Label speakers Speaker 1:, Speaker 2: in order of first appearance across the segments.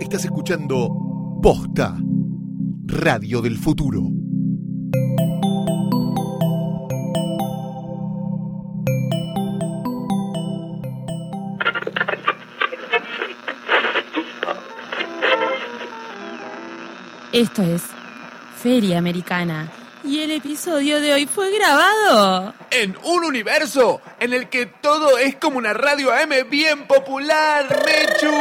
Speaker 1: Estás escuchando Posta, Radio del Futuro.
Speaker 2: Esto es Feria Americana. Y el episodio de hoy fue grabado.
Speaker 3: En un universo en el que todo es como una radio AM bien popular, Mechu.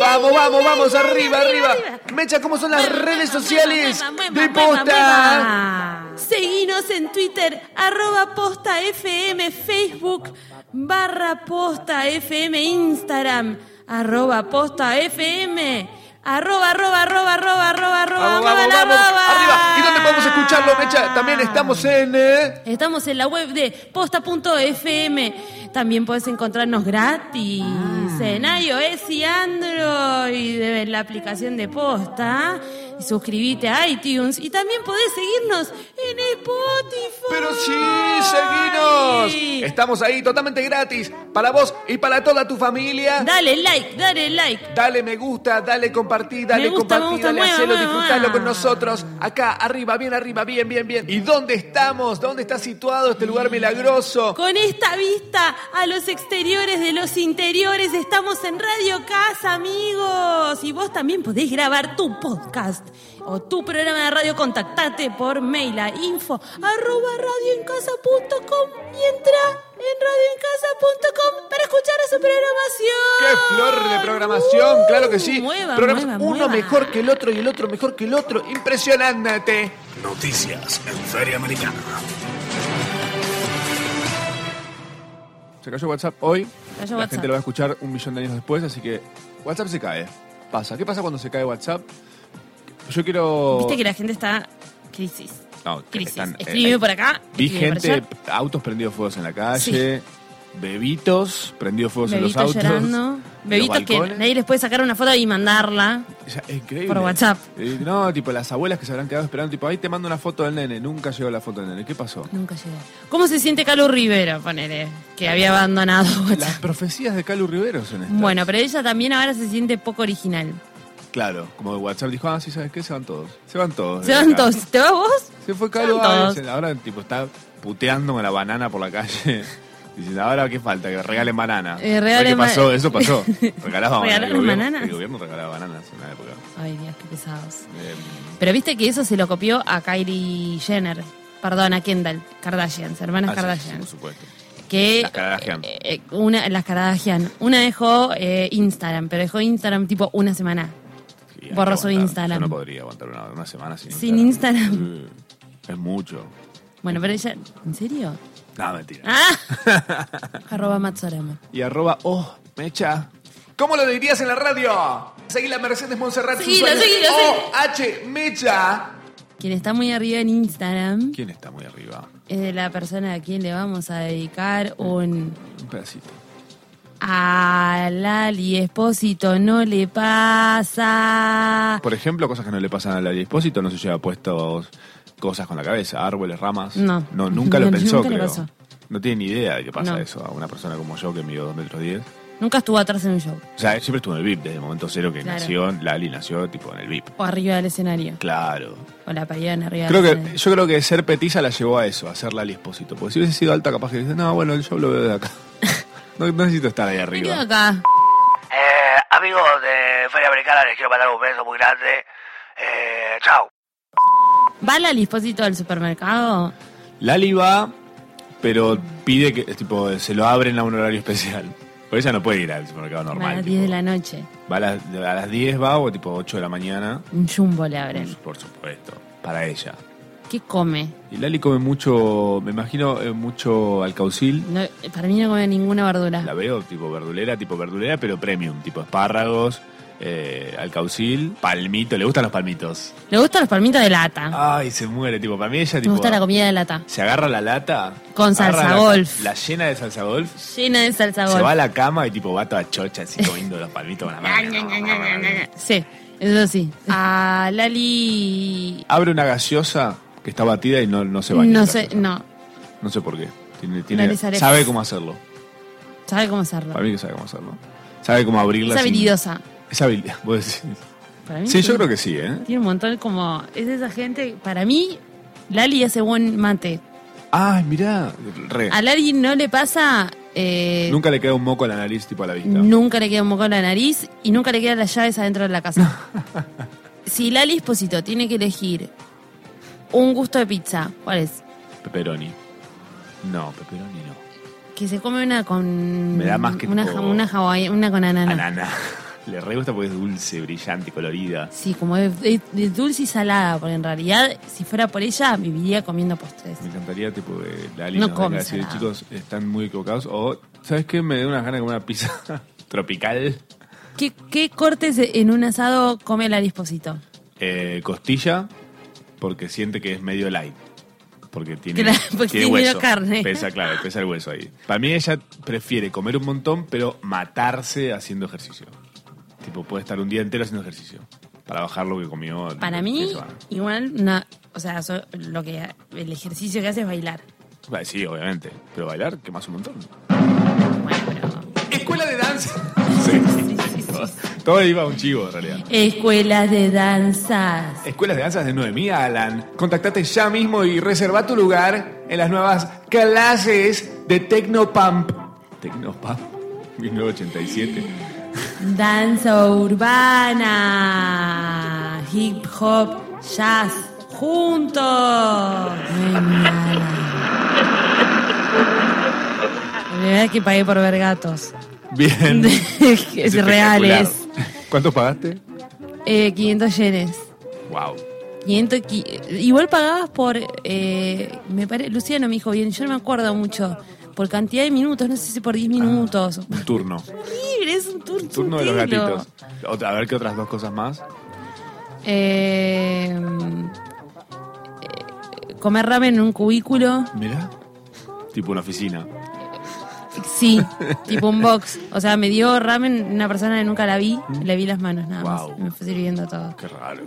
Speaker 3: Vamos, vamos, vamos, arriba, arriba. Mecha, ¿cómo son las redes sociales de Posta?
Speaker 2: Seguinos en Twitter, arroba posta FM, Facebook, barra posta FM, Instagram, arroba posta FM, arroba, arroba, arroba, arroba, arroba, arroba,
Speaker 3: Vamos,
Speaker 2: arroba,
Speaker 3: vamos,
Speaker 2: la
Speaker 3: vamos.
Speaker 2: arroba.
Speaker 3: Arriba. ¿Y dónde podemos escucharlo, Mecha? También estamos en... eh,
Speaker 2: Estamos en la web de posta.fm. También puedes encontrarnos gratis
Speaker 3: Ah.
Speaker 2: en iOS y Android, en la aplicación de Posta. Y suscribite a iTunes. Y también podés seguirnos en Spotify.
Speaker 3: Pero sí, seguinos. Estamos ahí totalmente gratis para vos y para toda tu familia.
Speaker 2: Dale like, dale like.
Speaker 3: Dale me gusta, dale compartí, dale
Speaker 2: Me gusta,
Speaker 3: compartí,
Speaker 2: me gusta,
Speaker 3: dale
Speaker 2: mueva,
Speaker 3: hacelo,
Speaker 2: mueva,
Speaker 3: disfrutalo con
Speaker 2: mueva.
Speaker 3: nosotros. Acá, arriba, bien arriba, bien, bien, bien. ¿Y dónde estamos? ¿Dónde está situado este lugar milagroso?
Speaker 2: Con esta vista a los exteriores de los interiores, estamos en Radio Casa, amigos. Y vos también podés grabar tu podcast o tu programa de radio. Contactate por mail a info arroba radioencasa.com y entra en radioencasa.com para escuchar su programación.
Speaker 3: ¡Qué flor de programación!
Speaker 2: Uh,
Speaker 3: claro que sí.
Speaker 2: Mueva,
Speaker 3: Programas
Speaker 2: mueva,
Speaker 3: uno
Speaker 2: mueva.
Speaker 3: mejor que el otro y el otro mejor que el otro. Impresionante.
Speaker 4: Noticias en Feria Americana.
Speaker 5: Se cayó WhatsApp hoy.
Speaker 2: Cayó
Speaker 5: la
Speaker 2: WhatsApp.
Speaker 5: gente lo va a escuchar un millón de años después, así que WhatsApp se cae. Pasa. ¿Qué pasa cuando se cae WhatsApp? Yo quiero.
Speaker 2: Viste que la gente está crisis.
Speaker 5: No, que
Speaker 2: Crisis.
Speaker 5: están-
Speaker 2: Escribime
Speaker 5: eh,
Speaker 2: por acá.
Speaker 5: Vi
Speaker 2: escribime por
Speaker 5: gente,
Speaker 2: allá.
Speaker 5: autos prendidos fuegos en la calle, bebitos prendidos fuegos en los
Speaker 2: Bebitos
Speaker 5: autos.
Speaker 2: llorando.
Speaker 5: en
Speaker 2: Bebitos
Speaker 5: los
Speaker 2: que
Speaker 5: balcones.
Speaker 2: nadie les puede sacar una foto y mandarla.
Speaker 5: Ya, es increíble.
Speaker 2: por WhatsApp.
Speaker 5: Eh, no, tipo, las abuelas que se habrán quedado esperando, tipo, ahí te mando una foto del nene. Nunca llegó la foto del nene. ¿Qué pasó?
Speaker 2: Nunca llegó. ¿Cómo se siente Calu Rivera, ponele? Que había abandonado
Speaker 5: Las
Speaker 2: WhatsApp.
Speaker 5: profecías de Calu Rivero son estas.
Speaker 2: Bueno, pero ella también ahora se siente poco original.
Speaker 5: Claro, como WhatsApp dijo, ah, sí, ¿sabes qué? Se van todos. Se van todos.
Speaker 2: ¿Se
Speaker 5: de
Speaker 2: van
Speaker 5: acá.
Speaker 2: todos? ¿Te vas vos?
Speaker 5: Se fue
Speaker 2: Se
Speaker 5: Calo
Speaker 2: van
Speaker 5: Báez,
Speaker 2: todos.
Speaker 5: ahora tipo está puteando con la banana por la calle. Diciendo, ahora qué falta, que regalen banana.
Speaker 2: Eh, regalen
Speaker 5: ¿Qué
Speaker 2: ba-
Speaker 5: pasó? Eso pasó.
Speaker 2: ¿Regalaron
Speaker 5: Regalaban banana. El gobierno,
Speaker 2: bananas?
Speaker 5: el gobierno regalaba bananas en una época.
Speaker 2: Ay, Dios, qué pesados.
Speaker 5: Eh,
Speaker 2: Pero viste que eso se lo copió a Kylie Jenner. Perdón, a Kendall. Kardashians, hermanas
Speaker 5: ah, sí, sí,
Speaker 2: Kardashian.
Speaker 5: por supuesto.
Speaker 2: que
Speaker 5: Las Kardashian.
Speaker 2: eh, eh, una, las Kardashian. Una dejó eh, Instagram, pero dejó Instagram tipo una semana.
Speaker 5: Sí, hay que
Speaker 2: Borró
Speaker 5: aguantar.
Speaker 2: su Instagram.
Speaker 5: Yo no podría aguantar una, una semana sin
Speaker 2: Sin
Speaker 5: Instagram.
Speaker 2: Instagram.
Speaker 5: Sí, es mucho.
Speaker 2: Bueno, pero ella... ¿En serio?
Speaker 5: No, mentira.
Speaker 2: ¡Ah! Arroba Matsorama.
Speaker 5: Y arroba, oh, mecha.
Speaker 3: ¿Cómo lo dirías en la radio? Seguí la Mercedes Montserrat.
Speaker 2: Seguila,
Speaker 3: Susana.
Speaker 2: seguila,
Speaker 3: O
Speaker 5: Oh,
Speaker 3: H Mecha.
Speaker 2: Quien está muy arriba en Instagram
Speaker 5: ¿Quién está muy arriba?
Speaker 2: es de la persona a quien le vamos a dedicar un
Speaker 5: Un pedacito.
Speaker 2: a Lali Espósito no le pasa.
Speaker 5: Por ejemplo, cosas que no le pasan al dispósito, no se lleva puestos cosas con la cabeza, árboles, ramas.
Speaker 2: No.
Speaker 5: nunca lo
Speaker 2: No,
Speaker 5: pensó,
Speaker 2: nunca lo
Speaker 5: creo.
Speaker 2: pasó.
Speaker 5: No tiene ni idea de qué pasa
Speaker 2: No.
Speaker 5: eso a una persona como yo que mido 2 metros 10.
Speaker 2: Nunca estuvo atrás en un show
Speaker 5: O sea, siempre estuvo en el VIP desde el momento cero que
Speaker 2: Claro.
Speaker 5: nació, Lali nació tipo en el VIP.
Speaker 2: o arriba del escenario
Speaker 5: Claro.
Speaker 2: o la parieron arriba
Speaker 5: Creo
Speaker 2: del
Speaker 5: que,
Speaker 2: escenario.
Speaker 5: yo creo que ser petiza la llevó a eso, a ser Lali Espósito. Porque si hubiese sido alta, capaz que dice, no, bueno, el show lo veo de acá. No, no necesito estar ahí
Speaker 2: Me quedo
Speaker 5: arriba.
Speaker 2: acá.
Speaker 4: Eh, amigos de Feria Americana, les quiero mandar un beso muy grande. Eh, chao.
Speaker 2: ¿Va Lali Espósito al supermercado?
Speaker 5: Lali va, pero pide que tipo se lo abren a un horario especial. Porque ella no puede ir al supermercado
Speaker 2: Va a
Speaker 5: normal.
Speaker 2: las
Speaker 5: tipo.
Speaker 2: 10 de la noche.
Speaker 5: Va a las, a las 10 va o tipo 8 de la mañana.
Speaker 2: Un jumbo le abren.
Speaker 5: Por supuesto, para ella.
Speaker 2: ¿Qué come?
Speaker 5: Y Lali come mucho, me imagino, eh, mucho alcaucil.
Speaker 2: No, para mí no come ninguna verdura.
Speaker 5: La veo tipo verdulera, tipo verdulera, pero premium, tipo espárragos, eh, alcaucil, palmito. Le gustan los palmitos.
Speaker 2: Le gustan los palmitos de lata.
Speaker 5: Ay, se muere, tipo, para mí ella
Speaker 2: Me
Speaker 5: Ah, tipo...
Speaker 2: gusta la comida de lata.
Speaker 5: Se agarra la lata.
Speaker 2: Con
Speaker 5: agarra
Speaker 2: salsa
Speaker 5: la-
Speaker 2: golf.
Speaker 5: La llena de salsa golf.
Speaker 2: Llena de salsa
Speaker 5: Se
Speaker 2: golf.
Speaker 5: va a la cama y tipo va toda chocha así comiendo los palmitos con la mano.
Speaker 2: Sí, eso sí. A Lali.
Speaker 5: Abre una gaseosa que está batida y no, no se baña.
Speaker 2: No
Speaker 5: la
Speaker 2: sé,
Speaker 5: gaseosa.
Speaker 2: no.
Speaker 5: No sé por qué. Tiene, tiene-
Speaker 2: le sale.
Speaker 5: sabe cómo hacerlo.
Speaker 2: Sabe cómo hacerlo.
Speaker 5: Para mí que sabe cómo hacerlo. Sabe cómo abrirla.
Speaker 2: Es
Speaker 5: sin-
Speaker 2: habilidosa.
Speaker 5: Esa habilidad, vos decís.
Speaker 2: Para mí
Speaker 5: Sí, yo
Speaker 2: tiene-
Speaker 5: creo que sí, ¿eh?
Speaker 2: Tiene un montón como. Es de esa gente. Para mí, Lali hace buen mate.
Speaker 5: Ay, mirá, re.
Speaker 2: A Lali no le pasa. eh,
Speaker 5: Nunca le queda un moco a la nariz, tipo a la vista.
Speaker 2: Nunca le queda un moco en la nariz y nunca le quedan las llaves adentro de la casa. si Lali Esposito tiene que elegir un gusto de pizza, ¿cuál es?
Speaker 5: Pepperoni. No, pepperoni no.
Speaker 2: Que se come una con.
Speaker 5: Me da más que
Speaker 2: Una,
Speaker 5: tipo-
Speaker 2: ja- una hawaii- una con anana.
Speaker 5: Anana. Le re gusta porque es dulce, brillante, colorida.
Speaker 2: Sí, como es, es- es dulce y salada, porque en realidad, si fuera por ella, viviría comiendo postres.
Speaker 5: Me encantaría, tipo, que la Ali
Speaker 2: No
Speaker 5: nos venga
Speaker 2: come
Speaker 5: a decir,
Speaker 2: salado.
Speaker 5: chicos, están muy equivocados. O, ¿sabes qué? Me da unas ganas de comer una pizza tropical.
Speaker 2: ¿Qué, qué cortes en un asado come Lali Esposito?
Speaker 5: Eh, costilla, porque siente que es medio light. Porque tiene,
Speaker 2: Claro, porque tiene medio
Speaker 5: hueso.
Speaker 2: carne.
Speaker 5: Pesa, claro, pesa el hueso ahí. Para mí ella prefiere comer un montón, pero matarse haciendo ejercicio. Tipo, puede estar un día entero haciendo ejercicio. Para bajar lo que comió. el
Speaker 2: Para
Speaker 5: fin de
Speaker 2: mí,
Speaker 5: semana.
Speaker 2: igual, una, o sea, so- lo que, el ejercicio que hace es bailar.
Speaker 5: Bah, Sí, obviamente. Pero bailar, quemas un montón.
Speaker 2: Bueno, pero-
Speaker 3: Escuela de danza.
Speaker 2: sí, sí, sí.
Speaker 5: Todo iba a un chivo, en realidad.
Speaker 2: Escuelas de danzas.
Speaker 5: Escuelas de Danzas de Noemí Alan. Contactate ya mismo y reserva tu lugar en las nuevas clases de Tecnopump. Tecnopump 1987.
Speaker 2: Danza urbana. Hip hop, jazz. Juntos. Muy mala. La verdad es que pagué por ver gatos.
Speaker 5: Bien.
Speaker 2: es reales.
Speaker 5: Espectacular. ¿Cuánto pagaste?
Speaker 2: Eh, 500 yenes.
Speaker 5: Wow.
Speaker 2: 500, qui- igual pagabas por. eh, me pare- Luciano me dijo bien, yo no me acuerdo mucho. Por cantidad de minutos, no sé si por 10 minutos.
Speaker 5: Un turno.
Speaker 2: Libre, es un turno.
Speaker 5: Ah. Turno de los gatitos. Otra- a ver qué otras dos cosas más.
Speaker 2: Eh, eh, comer ramen en un cubículo.
Speaker 5: Mirá. Tipo una oficina.
Speaker 2: Sí, tipo un box. O sea, me dio ramen una persona que nunca la vi. Le vi las manos nada más.
Speaker 5: Wow.
Speaker 2: Me fue sirviendo todo.
Speaker 5: Qué raro.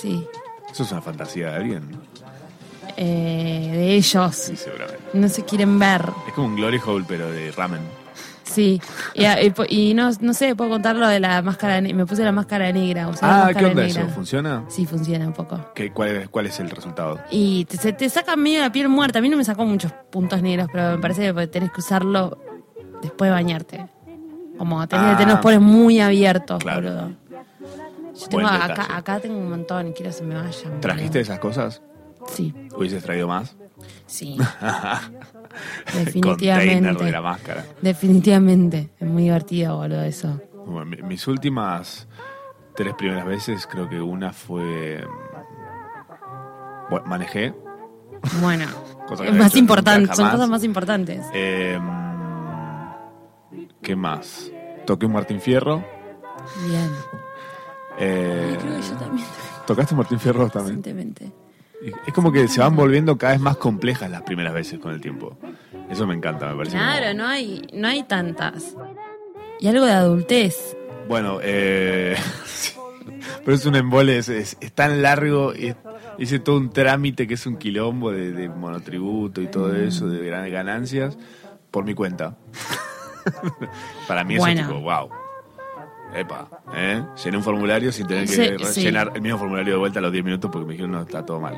Speaker 2: Sí.
Speaker 5: Eso es una fantasía de alguien. ¿no?
Speaker 2: Eh, de ellos.
Speaker 5: Sí, seguramente.
Speaker 2: No se quieren ver.
Speaker 5: Es como un glory hole, pero de ramen.
Speaker 2: Sí. Y, a- y po- y no, no sé, puedo contar lo de la máscara negra. Me puse la máscara negra. usé la
Speaker 5: Ah,
Speaker 2: máscara
Speaker 5: ¿qué onda
Speaker 2: negra.
Speaker 5: eso? ¿Funciona?
Speaker 2: Sí, funciona un poco.
Speaker 5: ¿Qué- cuál, es, ¿Cuál es el resultado?
Speaker 2: Y te, se te saca medio la piel muerta. A mí no me sacó muchos puntos negros, pero me parece que tenés que usarlo después de bañarte. Como tenés que
Speaker 5: Ah.
Speaker 2: tener los poros muy abiertos,
Speaker 5: Claro.
Speaker 2: boludo. Yo tengo
Speaker 5: Buen
Speaker 2: acá,
Speaker 5: detalle.
Speaker 2: acá tengo un montón, quiero que se me vayan. boludo.
Speaker 5: ¿Trajiste esas cosas?
Speaker 2: Sí,
Speaker 5: ¿Hubieses traído más?
Speaker 2: sí,
Speaker 5: Container de la
Speaker 2: definitivamente.
Speaker 5: máscara.
Speaker 2: definitivamente. Es muy divertido, boludo, eso.
Speaker 5: Bueno, mi- mis últimas tres primeras veces, creo que una fue. mm, bueno, manejé.
Speaker 2: Bueno,
Speaker 5: Cosa que
Speaker 2: es
Speaker 5: no he
Speaker 2: más
Speaker 5: hecho
Speaker 2: importante,
Speaker 5: nunca
Speaker 2: son
Speaker 5: jamás.
Speaker 2: cosas más importantes.
Speaker 5: Eh, mm, ¿Qué más? Toqué un Martín Fierro.
Speaker 2: Bien.
Speaker 5: Eh,
Speaker 2: Ay, creo que yo también,
Speaker 5: ¿Tocaste un Martín Fierro también?
Speaker 2: recientemente.
Speaker 5: Y Es como que se van volviendo cada vez más complejas las primeras veces con el tiempo. Eso me encanta, me parece.
Speaker 2: Claro,
Speaker 5: como-
Speaker 2: no hay, no hay tantas. Y algo de adultez.
Speaker 5: Bueno, eh, sí. pero es un embole, es, es- es tan largo, y es- hice todo un trámite que es un quilombo de, de monotributo y todo
Speaker 2: Mm.
Speaker 5: eso, de grandes ganancias, por mi cuenta. Para mí eso
Speaker 2: Bueno.
Speaker 5: es tipo, wow. Epa, ¿eh? Llené un formulario sin tener que
Speaker 2: Sí,
Speaker 5: re-
Speaker 2: sí.
Speaker 5: llenar el mismo formulario de vuelta a los 10 minutos porque me dijeron, no, está todo mal.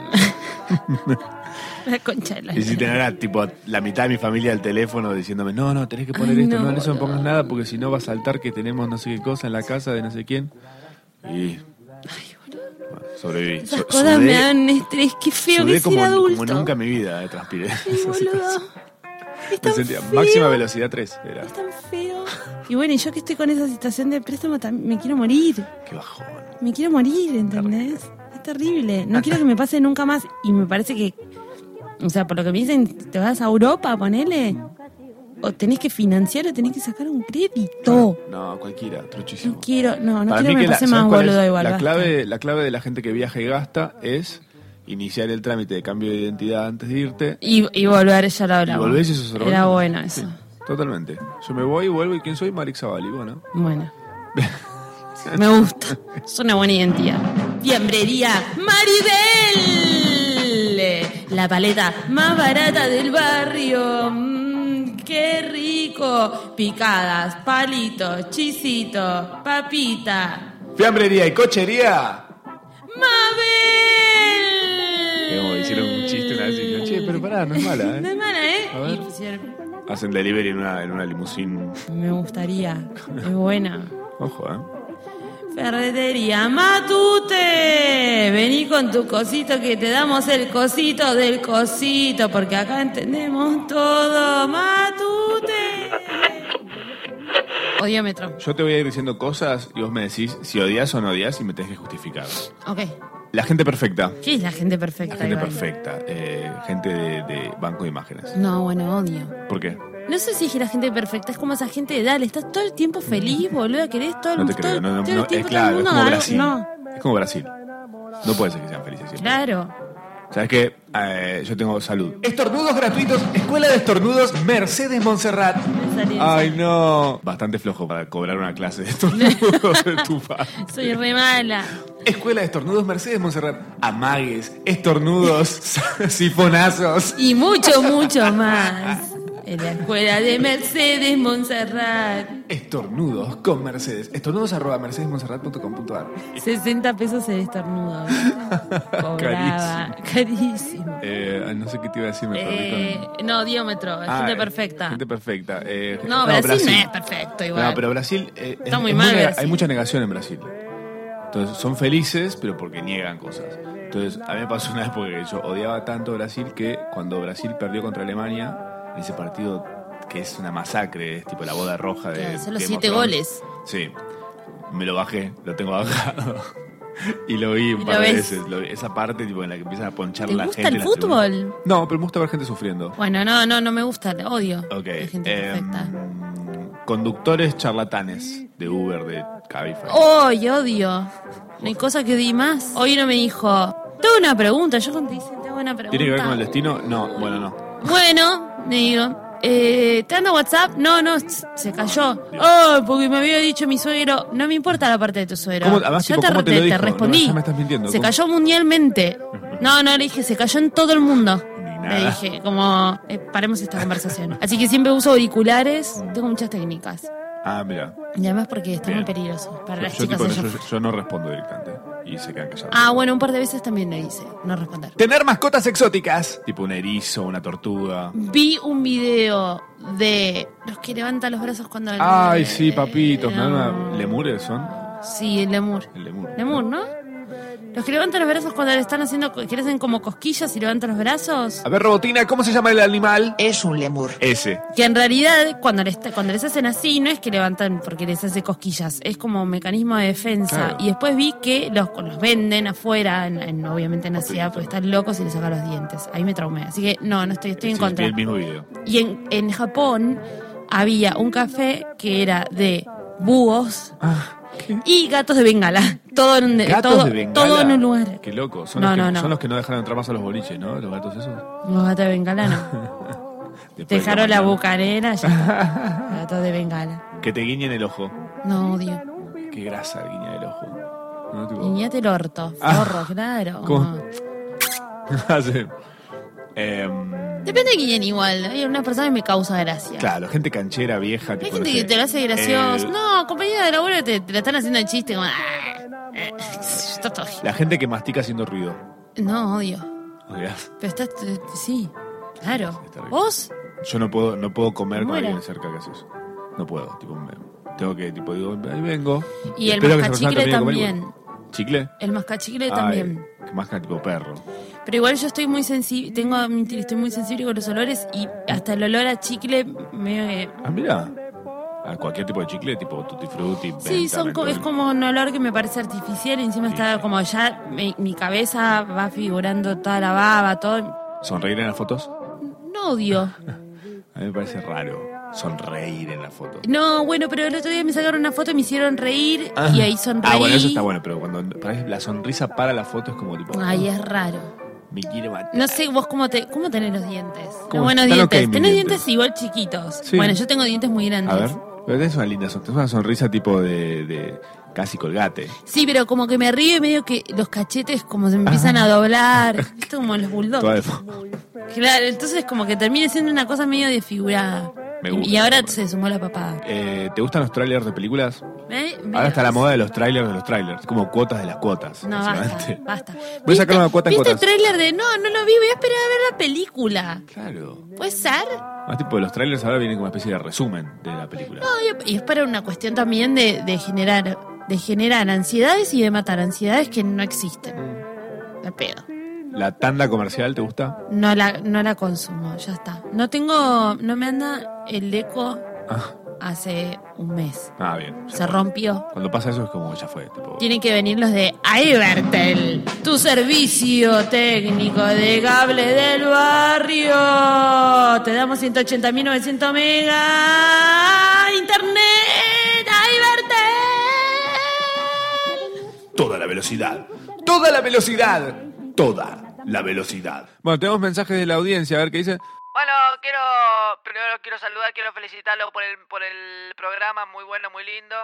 Speaker 2: La concha de la
Speaker 5: Y si
Speaker 2: lora.
Speaker 5: tener a tipo la mitad de mi familia al teléfono diciéndome, no, no, tenés que poner
Speaker 2: Ay,
Speaker 5: esto,
Speaker 2: no,
Speaker 5: no, en eso no pongas
Speaker 2: boludo.
Speaker 5: nada porque si no va a saltar que tenemos no sé qué cosa en la casa de no sé quién. Y. Bueno, sobreviví.
Speaker 2: Esas
Speaker 5: Su-
Speaker 2: cosas
Speaker 5: sudé-
Speaker 2: me dan estrés. Qué feo que
Speaker 5: sudé
Speaker 2: es ser
Speaker 5: como,
Speaker 2: adulto.
Speaker 5: como nunca en mi vida eh, transpiré.
Speaker 2: Ay,
Speaker 5: Esa
Speaker 2: boludo.
Speaker 5: situación.
Speaker 2: Es
Speaker 5: Me
Speaker 2: tan
Speaker 5: sentía-
Speaker 2: feo,
Speaker 5: máxima velocidad 3 era.
Speaker 2: Es tan feo. Y bueno, y yo que estoy con esa situación de préstamo, tam- me quiero morir.
Speaker 5: Qué bajón.
Speaker 2: Me quiero morir, ¿entendés? Es terrible. No quiero que me pase nunca más. Y me parece que. O sea, por lo que me dicen, te vas a Europa, ponele. O tenés que financiar o tenés que sacar un crédito.
Speaker 5: No, cualquiera, truchísimo.
Speaker 2: No quiero, no, no
Speaker 5: Para
Speaker 2: quiero
Speaker 5: mí
Speaker 2: que me
Speaker 5: que la,
Speaker 2: pase
Speaker 5: ¿sabes
Speaker 2: más
Speaker 5: cuál es?
Speaker 2: boludo igual.
Speaker 5: La
Speaker 2: basta.
Speaker 5: clave, la clave de la gente que viaja y gasta es iniciar el trámite de cambio de identidad antes de irte
Speaker 2: Y, y volver, ya lo
Speaker 5: Y
Speaker 2: hablamos.
Speaker 5: volvés y sos
Speaker 2: Era
Speaker 5: orgulloso.
Speaker 2: bueno eso.
Speaker 5: Sí, totalmente. Yo me voy y vuelvo y quién soy, Marix Zavalli, bueno.
Speaker 2: Bueno. Me gusta. Es una buena identidad. Fiambrería Maribel. La paleta más barata del barrio. Mm, qué rico. Picadas, palitos, chisito, papita.
Speaker 5: Fiambrería y cochería.
Speaker 2: ¡Mabel!
Speaker 5: Como hicieron un chiste una vez y dijeron, che, pero pará, no es mala,
Speaker 2: No
Speaker 5: ¿eh?
Speaker 2: es mala, ¿eh?
Speaker 5: A ver.
Speaker 2: Y pusieron,
Speaker 5: Hacen delivery en una, en una limusín.
Speaker 2: me gustaría. Es buena.
Speaker 5: Ojo, ¿eh?
Speaker 2: Ferretería Matute. Vení con tu cosito que te damos el cosito del cosito, porque acá entendemos todo. Matute. Odiómetro.
Speaker 5: Yo te voy a ir diciendo cosas y vos me decís si odias o no odias y me tenés que justificar.
Speaker 2: Ok.
Speaker 5: La gente perfecta.
Speaker 2: ¿Qué es la gente perfecta?
Speaker 5: La gente
Speaker 2: Iván?
Speaker 5: perfecta. eh, gente de, de banco de imágenes.
Speaker 2: No, bueno, odio.
Speaker 5: ¿Por qué?
Speaker 2: No sé si es que la gente perfecta, es como esa gente de dale, estás todo el tiempo feliz, boludo, querés todo el,
Speaker 5: No te
Speaker 2: todo,
Speaker 5: creo.
Speaker 2: el-
Speaker 5: No, no,
Speaker 2: todo
Speaker 5: no,
Speaker 2: el
Speaker 5: es
Speaker 2: tiempo todo el
Speaker 5: claro, es
Speaker 2: mundo
Speaker 5: como
Speaker 2: algo-
Speaker 5: Brasil.
Speaker 2: No,
Speaker 5: Es como Brasil. No puede ser que sean felices siempre.
Speaker 2: claro.
Speaker 5: ¿Sabes qué? Eh, yo tengo salud.
Speaker 3: Estornudos gratuitos, Escuela de Estornudos Mercedes Montserrat.
Speaker 2: Me salí.
Speaker 5: Ay, no. Bastante flojo para cobrar una clase de estornudos de tu padre.
Speaker 2: Soy re mala.
Speaker 5: Escuela de Estornudos Mercedes Montserrat. Amagues, estornudos, sifonazos.
Speaker 2: Y mucho, mucho más. En la escuela de Mercedes Montserrat.
Speaker 5: Estornudos con Mercedes. Estornudos arroba mercedesmonserrat.com.ar
Speaker 2: 60 pesos el estornudo. Cobraba. Carísimo.
Speaker 5: eh, No sé qué te iba a decir, me perdí con...
Speaker 2: Eh, no, diómetro,
Speaker 5: Ah,
Speaker 2: gente
Speaker 5: eh,
Speaker 2: perfecta.
Speaker 5: Gente perfecta. eh,
Speaker 2: no, Brasil, no es perfecto igual.
Speaker 5: No, pero Brasil... eh,
Speaker 2: Está muy
Speaker 5: es
Speaker 2: mal
Speaker 5: nega-
Speaker 2: Brasil.
Speaker 5: Hay mucha negación en Brasil. Entonces, son felices, pero porque niegan cosas. Entonces, a mí me pasó una época que yo odiaba tanto a Brasil que cuando Brasil perdió contra Alemania, en ese partido que es una masacre, es tipo la boda roja de...
Speaker 2: Claro, son los
Speaker 5: Game of
Speaker 2: siete
Speaker 5: Thrones.
Speaker 2: goles.
Speaker 5: Sí. Me lo bajé, lo tengo bajado. Y lo vi un
Speaker 2: Y
Speaker 5: par
Speaker 2: lo
Speaker 5: de
Speaker 2: ves.
Speaker 5: veces. lo vi. Esa parte tipo, en la que empiezan a ponchar
Speaker 2: ¿Te
Speaker 5: la
Speaker 2: gusta
Speaker 5: gente.
Speaker 2: el
Speaker 5: en las tribunas.
Speaker 2: fútbol?
Speaker 5: No, pero me gusta ver gente sufriendo.
Speaker 2: Bueno, no, no, no me gusta, odio.
Speaker 5: Ok.
Speaker 2: La gente
Speaker 5: eh,
Speaker 2: perfecta.
Speaker 5: Conductores charlatanes de Uber, de Cabify.
Speaker 2: Hoy odio. No hay cosa que di más. Hoy uno me dijo, tengo una pregunta. Yo cuando te dicen, tengo una pregunta.
Speaker 5: ¿Tiene que ver con el destino? No, bueno, no.
Speaker 2: Bueno, me digo, eh, ¿te anda WhatsApp? No, no, s- se cayó. Oh, porque me había dicho mi suegro, no me importa la parte de tu suegro.
Speaker 5: ¿Cómo? Además,
Speaker 2: ya
Speaker 5: tipo,
Speaker 2: te,
Speaker 5: ¿cómo te lo
Speaker 2: te
Speaker 5: dijo?
Speaker 2: respondí.
Speaker 5: No, ya me estás mintiendo.
Speaker 2: Se
Speaker 5: ¿Cómo?
Speaker 2: cayó mundialmente. No, no, le dije, se cayó en todo el mundo.
Speaker 5: Ni
Speaker 2: Le
Speaker 5: nada.
Speaker 2: dije, como, eh, paremos esta conversación. Así que siempre uso auriculares, tengo muchas técnicas.
Speaker 5: Ah, mira.
Speaker 2: Y además porque está muy
Speaker 5: Bien.
Speaker 2: peligroso para
Speaker 5: Yo,
Speaker 2: las
Speaker 5: yo,
Speaker 2: chicas
Speaker 5: tipo, no,
Speaker 2: allá
Speaker 5: yo- yo no respondo directamente. Y se quedan callados.
Speaker 2: Ah, bueno, un par de veces también le hice, no responder.
Speaker 5: Tener mascotas exóticas. Tipo un erizo, una tortuga.
Speaker 2: Vi un video de los que levantan los brazos cuando...
Speaker 5: Ay, sí, papitos. me da una-
Speaker 2: Eh, No.
Speaker 5: ¿Lemures son?
Speaker 2: Sí, el lemur.
Speaker 5: El lemur.
Speaker 2: Lemur, ¿no? Los que levantan los brazos cuando le están haciendo... Que le hacen como cosquillas y levantan los brazos.
Speaker 5: A ver, Robotina, ¿cómo se llama el animal?
Speaker 6: Es un lemur.
Speaker 5: Ese.
Speaker 2: Que en realidad, cuando les, cuando les hacen así, no es que levantan porque les hace cosquillas, es como un mecanismo de defensa.
Speaker 5: Claro.
Speaker 2: Y después vi que los, los venden afuera, en- en- obviamente en la ciudad, porque están locos y les sacan los dientes. Ahí me traumé. Así que no, no estoy, estoy en
Speaker 5: Sí,
Speaker 2: contra.
Speaker 5: vi el mismo video.
Speaker 2: Y en, en Japón había un café que era de búhos
Speaker 6: Ah.
Speaker 2: y gatos de bengala. Todo en, un-
Speaker 5: Gatos
Speaker 2: Eh, todo,
Speaker 5: de bengala.
Speaker 2: todo en un lugar.
Speaker 5: Qué loco. Son,
Speaker 2: No,
Speaker 5: los que,
Speaker 2: no, no.
Speaker 5: son los que no dejaron entrar más a los boliches, ¿no? Los gatos esos.
Speaker 2: Los gatos de bengala no.
Speaker 5: Después
Speaker 2: Te
Speaker 5: de
Speaker 2: Dejaron la
Speaker 5: mañana.
Speaker 2: bucarera. ya está. Gatos de bengala.
Speaker 5: Que te guiñen el ojo.
Speaker 2: No odio.
Speaker 5: Qué grasa guiña el ojo. ¿No? Tipo,
Speaker 2: Niñate el orto. Zorro, claro.
Speaker 5: Ah. ¿Cómo? hace- Em,
Speaker 2: Depende de quién igual. Hay una persona que me causa gracia.
Speaker 5: claro, gente canchera, vieja.
Speaker 2: Hay
Speaker 5: tipo,
Speaker 2: gente
Speaker 5: no
Speaker 2: que
Speaker 5: sé,
Speaker 2: te lo hace gracioso.
Speaker 5: el-
Speaker 2: No, compañera de laburo te, te la están haciendo el chiste como... "Ah, eh, está todo bien".
Speaker 5: La gente que mastica haciendo ruido.
Speaker 2: No, odio.
Speaker 5: ¿Odias?
Speaker 2: Pero estás... t- t- Sí, claro.
Speaker 5: Está bien.
Speaker 2: ¿Vos?
Speaker 5: Yo no puedo, no puedo comer
Speaker 2: Me
Speaker 5: con
Speaker 2: muero.
Speaker 5: alguien cerca que hace eso. No puedo. Tipo, me- tengo que, tipo, digo, ahí vengo.
Speaker 2: Y el
Speaker 5: espero que esa persona
Speaker 2: mascachicle
Speaker 5: termine de comer y-
Speaker 2: también.
Speaker 5: ¿Chicle?
Speaker 2: El mascachicle
Speaker 5: Ay,
Speaker 2: también.
Speaker 5: que masca tipo perro.
Speaker 2: Pero igual yo estoy muy sensible, tengo estoy muy sensible con los olores y hasta el olor a chicle eh, medio que
Speaker 5: Ah, mira. A cualquier tipo de chicle, tipo tutti frutti.
Speaker 2: Sí, son co- es como un olor que me parece artificial y encima está como ya mi, mi cabeza va figurando toda la baba, todo.
Speaker 5: ¿Sonreír en las fotos?
Speaker 2: No odio.
Speaker 5: A mí me parece raro sonreír en las fotos.
Speaker 2: No, bueno, pero el otro día me sacaron una foto y me hicieron reír y ahí sonreí.
Speaker 5: Ah, bueno, eso está bueno, pero cuando parece- la sonrisa para la foto es como tipo. "Uh,
Speaker 2: Ay, es raro.
Speaker 5: Me quiere matar.
Speaker 2: No sé, vos cómo, te, cómo tenés los dientes.
Speaker 5: ¿Cómo?
Speaker 2: Los buenos
Speaker 5: Están
Speaker 2: dientes.
Speaker 5: ok mis
Speaker 2: tenés
Speaker 5: dientes.
Speaker 2: dientes. igual chiquitos.
Speaker 5: Sí.
Speaker 2: Bueno, yo tengo dientes muy grandes.
Speaker 5: A ver, pero tenés una linda sonrisa. una sonrisa tipo de, de casi colgate.
Speaker 2: Sí, pero como que me río y medio que los cachetes como se me empiezan
Speaker 5: Ah.
Speaker 2: a doblar. Viste como los bulldogs.
Speaker 5: Toda de-
Speaker 2: Claro, entonces como que termina siendo una cosa medio desfigurada.
Speaker 5: Me gusta.
Speaker 2: Y ahora se sumó la papada.
Speaker 5: Eh, ¿Te gustan los trailers de películas?
Speaker 2: ¿Eh?
Speaker 5: Ahora
Speaker 2: Mira.
Speaker 5: está la moda de los trailers de los trailers, como cuotas de las cuotas.
Speaker 2: No, basta,
Speaker 5: básicamente.
Speaker 2: basta.
Speaker 5: Voy a sacar una cuota en
Speaker 2: ¿Viste el
Speaker 5: cuotas.
Speaker 2: tráiler de no, no lo vi, voy a esperar a ver la película?
Speaker 5: Claro.
Speaker 2: ¿Puede ser?
Speaker 5: Más tipo, los trailers ahora vienen como una especie de resumen de la película.
Speaker 2: No, y- y es para una cuestión también de, de generar de generar ansiedades y de matar ansiedades que no existen. La pedo.
Speaker 5: ¿La tanda comercial te gusta?
Speaker 2: No la, no la consumo, ya está. No tengo, no me anda el eco
Speaker 5: Ah,
Speaker 2: hace un mes.
Speaker 5: ah, bien.
Speaker 2: Se rompió.
Speaker 5: Cuando pasa eso es como ya fue. Tipo,
Speaker 2: Tienen que venir los de Ibertel, tu servicio técnico de cable del barrio. Te damos 180.900 megas. Internet, Ibertel.
Speaker 5: toda la velocidad.
Speaker 3: Toda la velocidad. Toda la velocidad.
Speaker 5: Bueno, tenemos mensajes de la audiencia, a ver qué dice.
Speaker 6: Bueno, quiero primero quiero saludar, quiero felicitarlo por el, por el programa, muy bueno, muy lindo.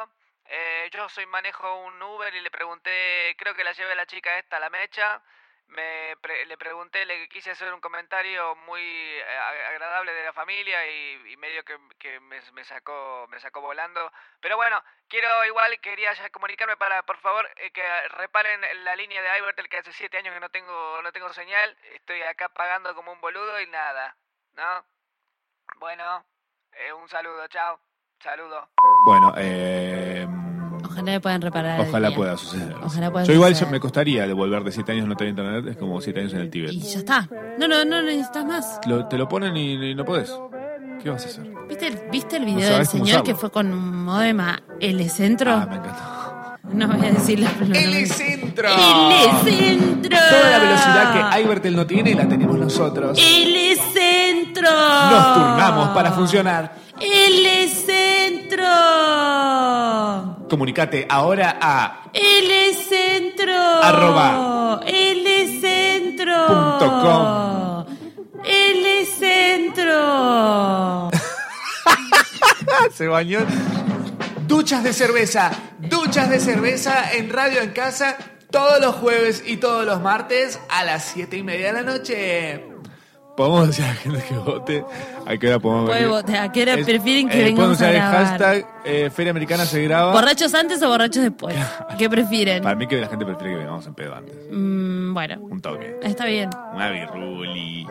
Speaker 6: Eh, yo soy manejo un Uber y le pregunté, creo que la llevé la chica esta, la mecha. Me pre- le pregunté, le quise hacer un comentario muy eh, a- agradable de la familia y, y medio que, que me, me sacó me sacó volando. Pero bueno, quiero igual, quería ya comunicarme para, por favor, eh, que reparen la línea de Ibertel que hace siete años que no tengo, no tengo señal. Estoy acá pagando como un boludo y nada. ¿No? Bueno, eh, un saludo, chao. Saludo.
Speaker 5: Bueno, eh,
Speaker 2: Ojalá le puedan reparar. el
Speaker 5: ojalá
Speaker 2: día.
Speaker 5: pueda suceder.
Speaker 2: Ojalá pueda
Speaker 5: Yo igual ya
Speaker 2: suceder.
Speaker 5: me costaría devolver de 7 años no tener internet, es como 7 años en el Tíbet.
Speaker 2: Y ya está. No, no, no necesitas más.
Speaker 5: Lo- te lo ponen y, y no podés. ¿Qué vas a hacer?
Speaker 2: ¿Viste el, viste el
Speaker 5: No
Speaker 2: video del
Speaker 5: sabes cómo
Speaker 2: señor que
Speaker 5: usarlo.
Speaker 2: fue con un modema L Centro?
Speaker 5: Ah, me encantó.
Speaker 2: no voy a decir la palabra.
Speaker 3: El centro.
Speaker 2: L Centro.
Speaker 3: Toda la velocidad que Ibertel no tiene la tenemos nosotros.
Speaker 2: El centro.
Speaker 3: Nos turnamos para funcionar.
Speaker 2: El centro.
Speaker 3: Comunicate ahora a
Speaker 2: El centro.
Speaker 3: Arroba.
Speaker 2: El centro.
Speaker 3: Punto
Speaker 2: El centro.
Speaker 5: Ah, Se bañó.
Speaker 3: Duchas de Cerveza. Duchas de Cerveza en Radio en Casa todos los jueves y todos los martes a las 7 y media de la noche.
Speaker 5: Podemos decir a la gente que vote. ¿A qué hora podemos
Speaker 2: Puede
Speaker 5: venir?
Speaker 2: votar, ¿a qué hora
Speaker 5: Es-
Speaker 2: prefieren que
Speaker 5: Pueden
Speaker 2: vengamos a
Speaker 5: usar el
Speaker 2: grabar?
Speaker 5: hashtag eh, Feria Americana se graba.
Speaker 2: ¿Borrachos antes o borrachos después? ¿Qué prefieren?
Speaker 5: Para mí que la gente prefiere que vengamos en pedo antes.
Speaker 2: Mm, bueno,
Speaker 5: Un toque.
Speaker 2: está bien.
Speaker 5: Una viruli. Un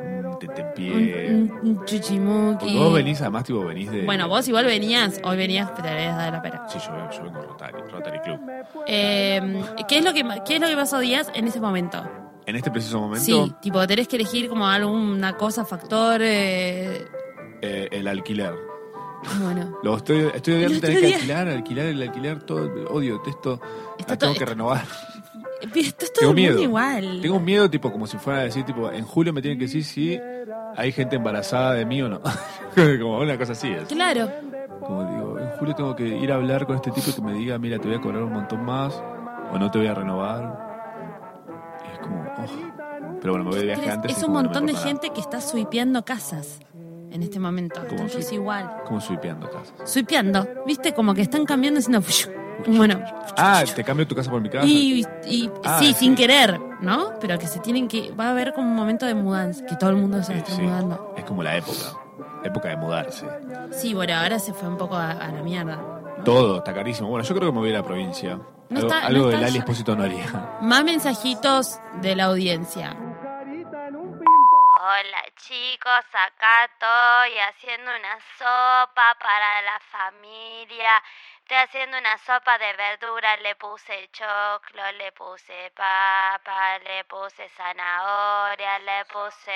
Speaker 3: Eh.
Speaker 2: Un-
Speaker 5: tetepie.
Speaker 2: un- un chuchimuki.
Speaker 5: Vos venís, además, tipo, venís de...
Speaker 2: Bueno, vos igual venías, hoy venías, pero habías dado la pera.
Speaker 5: Sí, yo, yo vengo de Rotary, Rotary Club.
Speaker 2: Eh, ¿qué, es lo que, ma- ¿Qué es lo que más odias en ese momento?
Speaker 5: En este preciso momento,
Speaker 2: Sí, tipo, tenés que elegir como alguna cosa, factor. eh,
Speaker 5: eh, el alquiler.
Speaker 2: bueno,
Speaker 5: Lo estoy, estoy odiando
Speaker 2: El
Speaker 5: tener
Speaker 2: otro
Speaker 5: que
Speaker 2: día-
Speaker 5: alquilar, alquilar, el alquiler, todo. Odio esto.
Speaker 2: Está todo-
Speaker 5: La tengo que
Speaker 2: está-
Speaker 5: renovar.
Speaker 2: Pero esto es todo
Speaker 5: Tengo
Speaker 2: el mundo
Speaker 5: miedo.
Speaker 2: igual.
Speaker 5: Tengo un miedo, tipo, como si fuera a decir, tipo, en julio me tienen que decir si hay gente embarazada de mí o no. como una cosa así es.
Speaker 2: Claro,
Speaker 5: Como digo, en julio tengo que ir a hablar con este tipo que me diga, mira, te voy a cobrar un montón más o no te voy a renovar. Y es como, oh. Pero bueno, me voy de viaje
Speaker 2: Pero es-
Speaker 5: antes. y
Speaker 2: es un
Speaker 5: como que no me
Speaker 2: montón de
Speaker 5: importa nada.
Speaker 2: gente que está suipeando casas en este momento.
Speaker 5: Como
Speaker 2: Están todos
Speaker 5: si-
Speaker 2: igual.
Speaker 5: Como suipeando casas.
Speaker 2: Suipeando, ¿viste? Como que están cambiando, haciendo. Bueno.
Speaker 5: Ah, te cambio tu casa por mi casa.
Speaker 2: Y, y-
Speaker 5: Ah,
Speaker 2: sí,
Speaker 5: sí.
Speaker 2: sin querer, ¿no? Pero que se tienen que. Va a haber como un momento de mudanza, que todo el mundo se
Speaker 5: Sí,
Speaker 2: está
Speaker 5: sí.
Speaker 2: mudando.
Speaker 5: Es como la época. Época de mudarse.
Speaker 2: Sí, bueno, ahora se fue un poco a, a la mierda.
Speaker 5: Todo está carísimo. Bueno, yo creo que me voy a la provincia. algo
Speaker 2: está- no
Speaker 5: algo
Speaker 2: está
Speaker 5: del
Speaker 2: ya-
Speaker 5: Ali Espósito no haría.
Speaker 2: Más mensajitos de la audiencia.
Speaker 7: Hola chicos, acá estoy haciendo una sopa para la familia. Estoy haciendo una sopa de verduras, le puse choclo, le puse papa, le puse zanahoria, le puse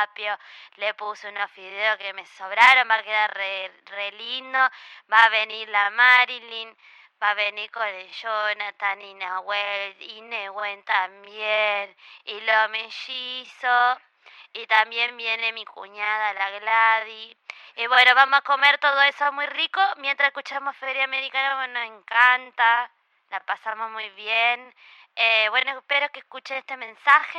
Speaker 7: apio, le puse unos fideos que me sobraron, va a quedar re, re lindo. Va a venir la Marilyn, va a venir con el Jonathan y Nahuel y Nehuen también, y lo mellizo. Y también viene mi cuñada, la Gladys. Y bueno, vamos a comer todo eso muy rico mientras escuchamos Feria Americana, bueno, nos encanta, la pasamos muy bien. Eh, bueno, espero que escuchen este mensaje.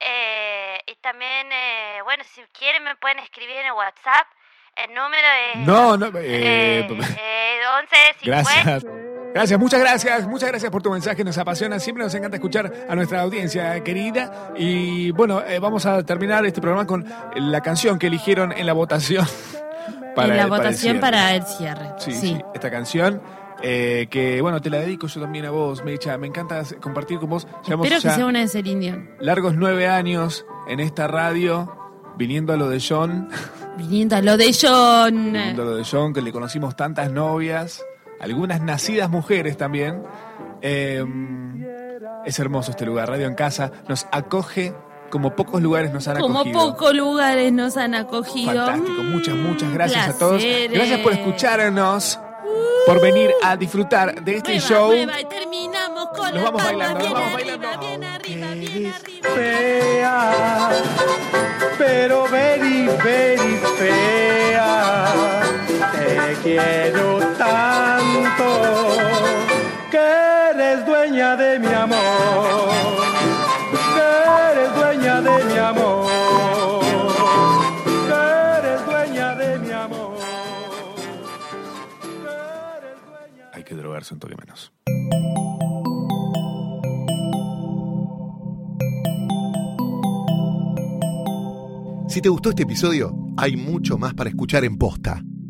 Speaker 7: Eh, y también, eh, bueno, si quieren me pueden escribir en el WhatsApp. El número es...
Speaker 5: No, no.
Speaker 7: eh,
Speaker 5: eh,
Speaker 7: eh, 11 50.
Speaker 5: Gracias. Gracias, muchas gracias, muchas gracias por tu mensaje, nos apasiona, siempre nos encanta escuchar a nuestra audiencia querida. Y bueno, eh, vamos a terminar este programa con la canción que eligieron en la votación para
Speaker 2: en la
Speaker 5: el- para el
Speaker 2: votación
Speaker 5: cierre.
Speaker 2: para el cierre.
Speaker 5: Sí, sí, esta canción. eh, que bueno, te la dedico yo también a vos, Mecha. Me encanta compartir con vos. Llevamos
Speaker 2: Espero que
Speaker 5: ya
Speaker 2: sea una de Celine Dion.
Speaker 5: largos nueve años en esta radio, viniendo a lo de John,
Speaker 2: Viniendo a lo de John.
Speaker 5: viniendo a lo de John, que le conocimos tantas novias, algunas nacidas mujeres también. Eh, es hermoso este lugar, Radio en Casa. Nos acoge como pocos lugares nos han
Speaker 2: Como
Speaker 5: acogido.
Speaker 2: pocos lugares nos han acogido.
Speaker 5: Fantástico,
Speaker 2: Mm,
Speaker 5: muchas, muchas gracias a todos.
Speaker 2: placeres.
Speaker 5: Gracias por escucharnos, por venir a disfrutar de este
Speaker 2: Nueva,
Speaker 5: show.
Speaker 2: nueva, y terminamos con
Speaker 5: Nos
Speaker 2: la
Speaker 5: vamos
Speaker 2: palma
Speaker 5: bailando, nos
Speaker 2: bien
Speaker 5: vamos
Speaker 2: arriba,
Speaker 5: bailando.
Speaker 2: bien arriba, bien arriba.
Speaker 8: fea, pero very, very fea. Te quiero tanto que eres dueña de mi amor, que eres dueña de mi amor, que eres dueña de mi amor. que eres dueña
Speaker 5: Hay que drogarse un toque menos.
Speaker 1: Si te gustó este episodio, hay mucho más para escuchar en Posta.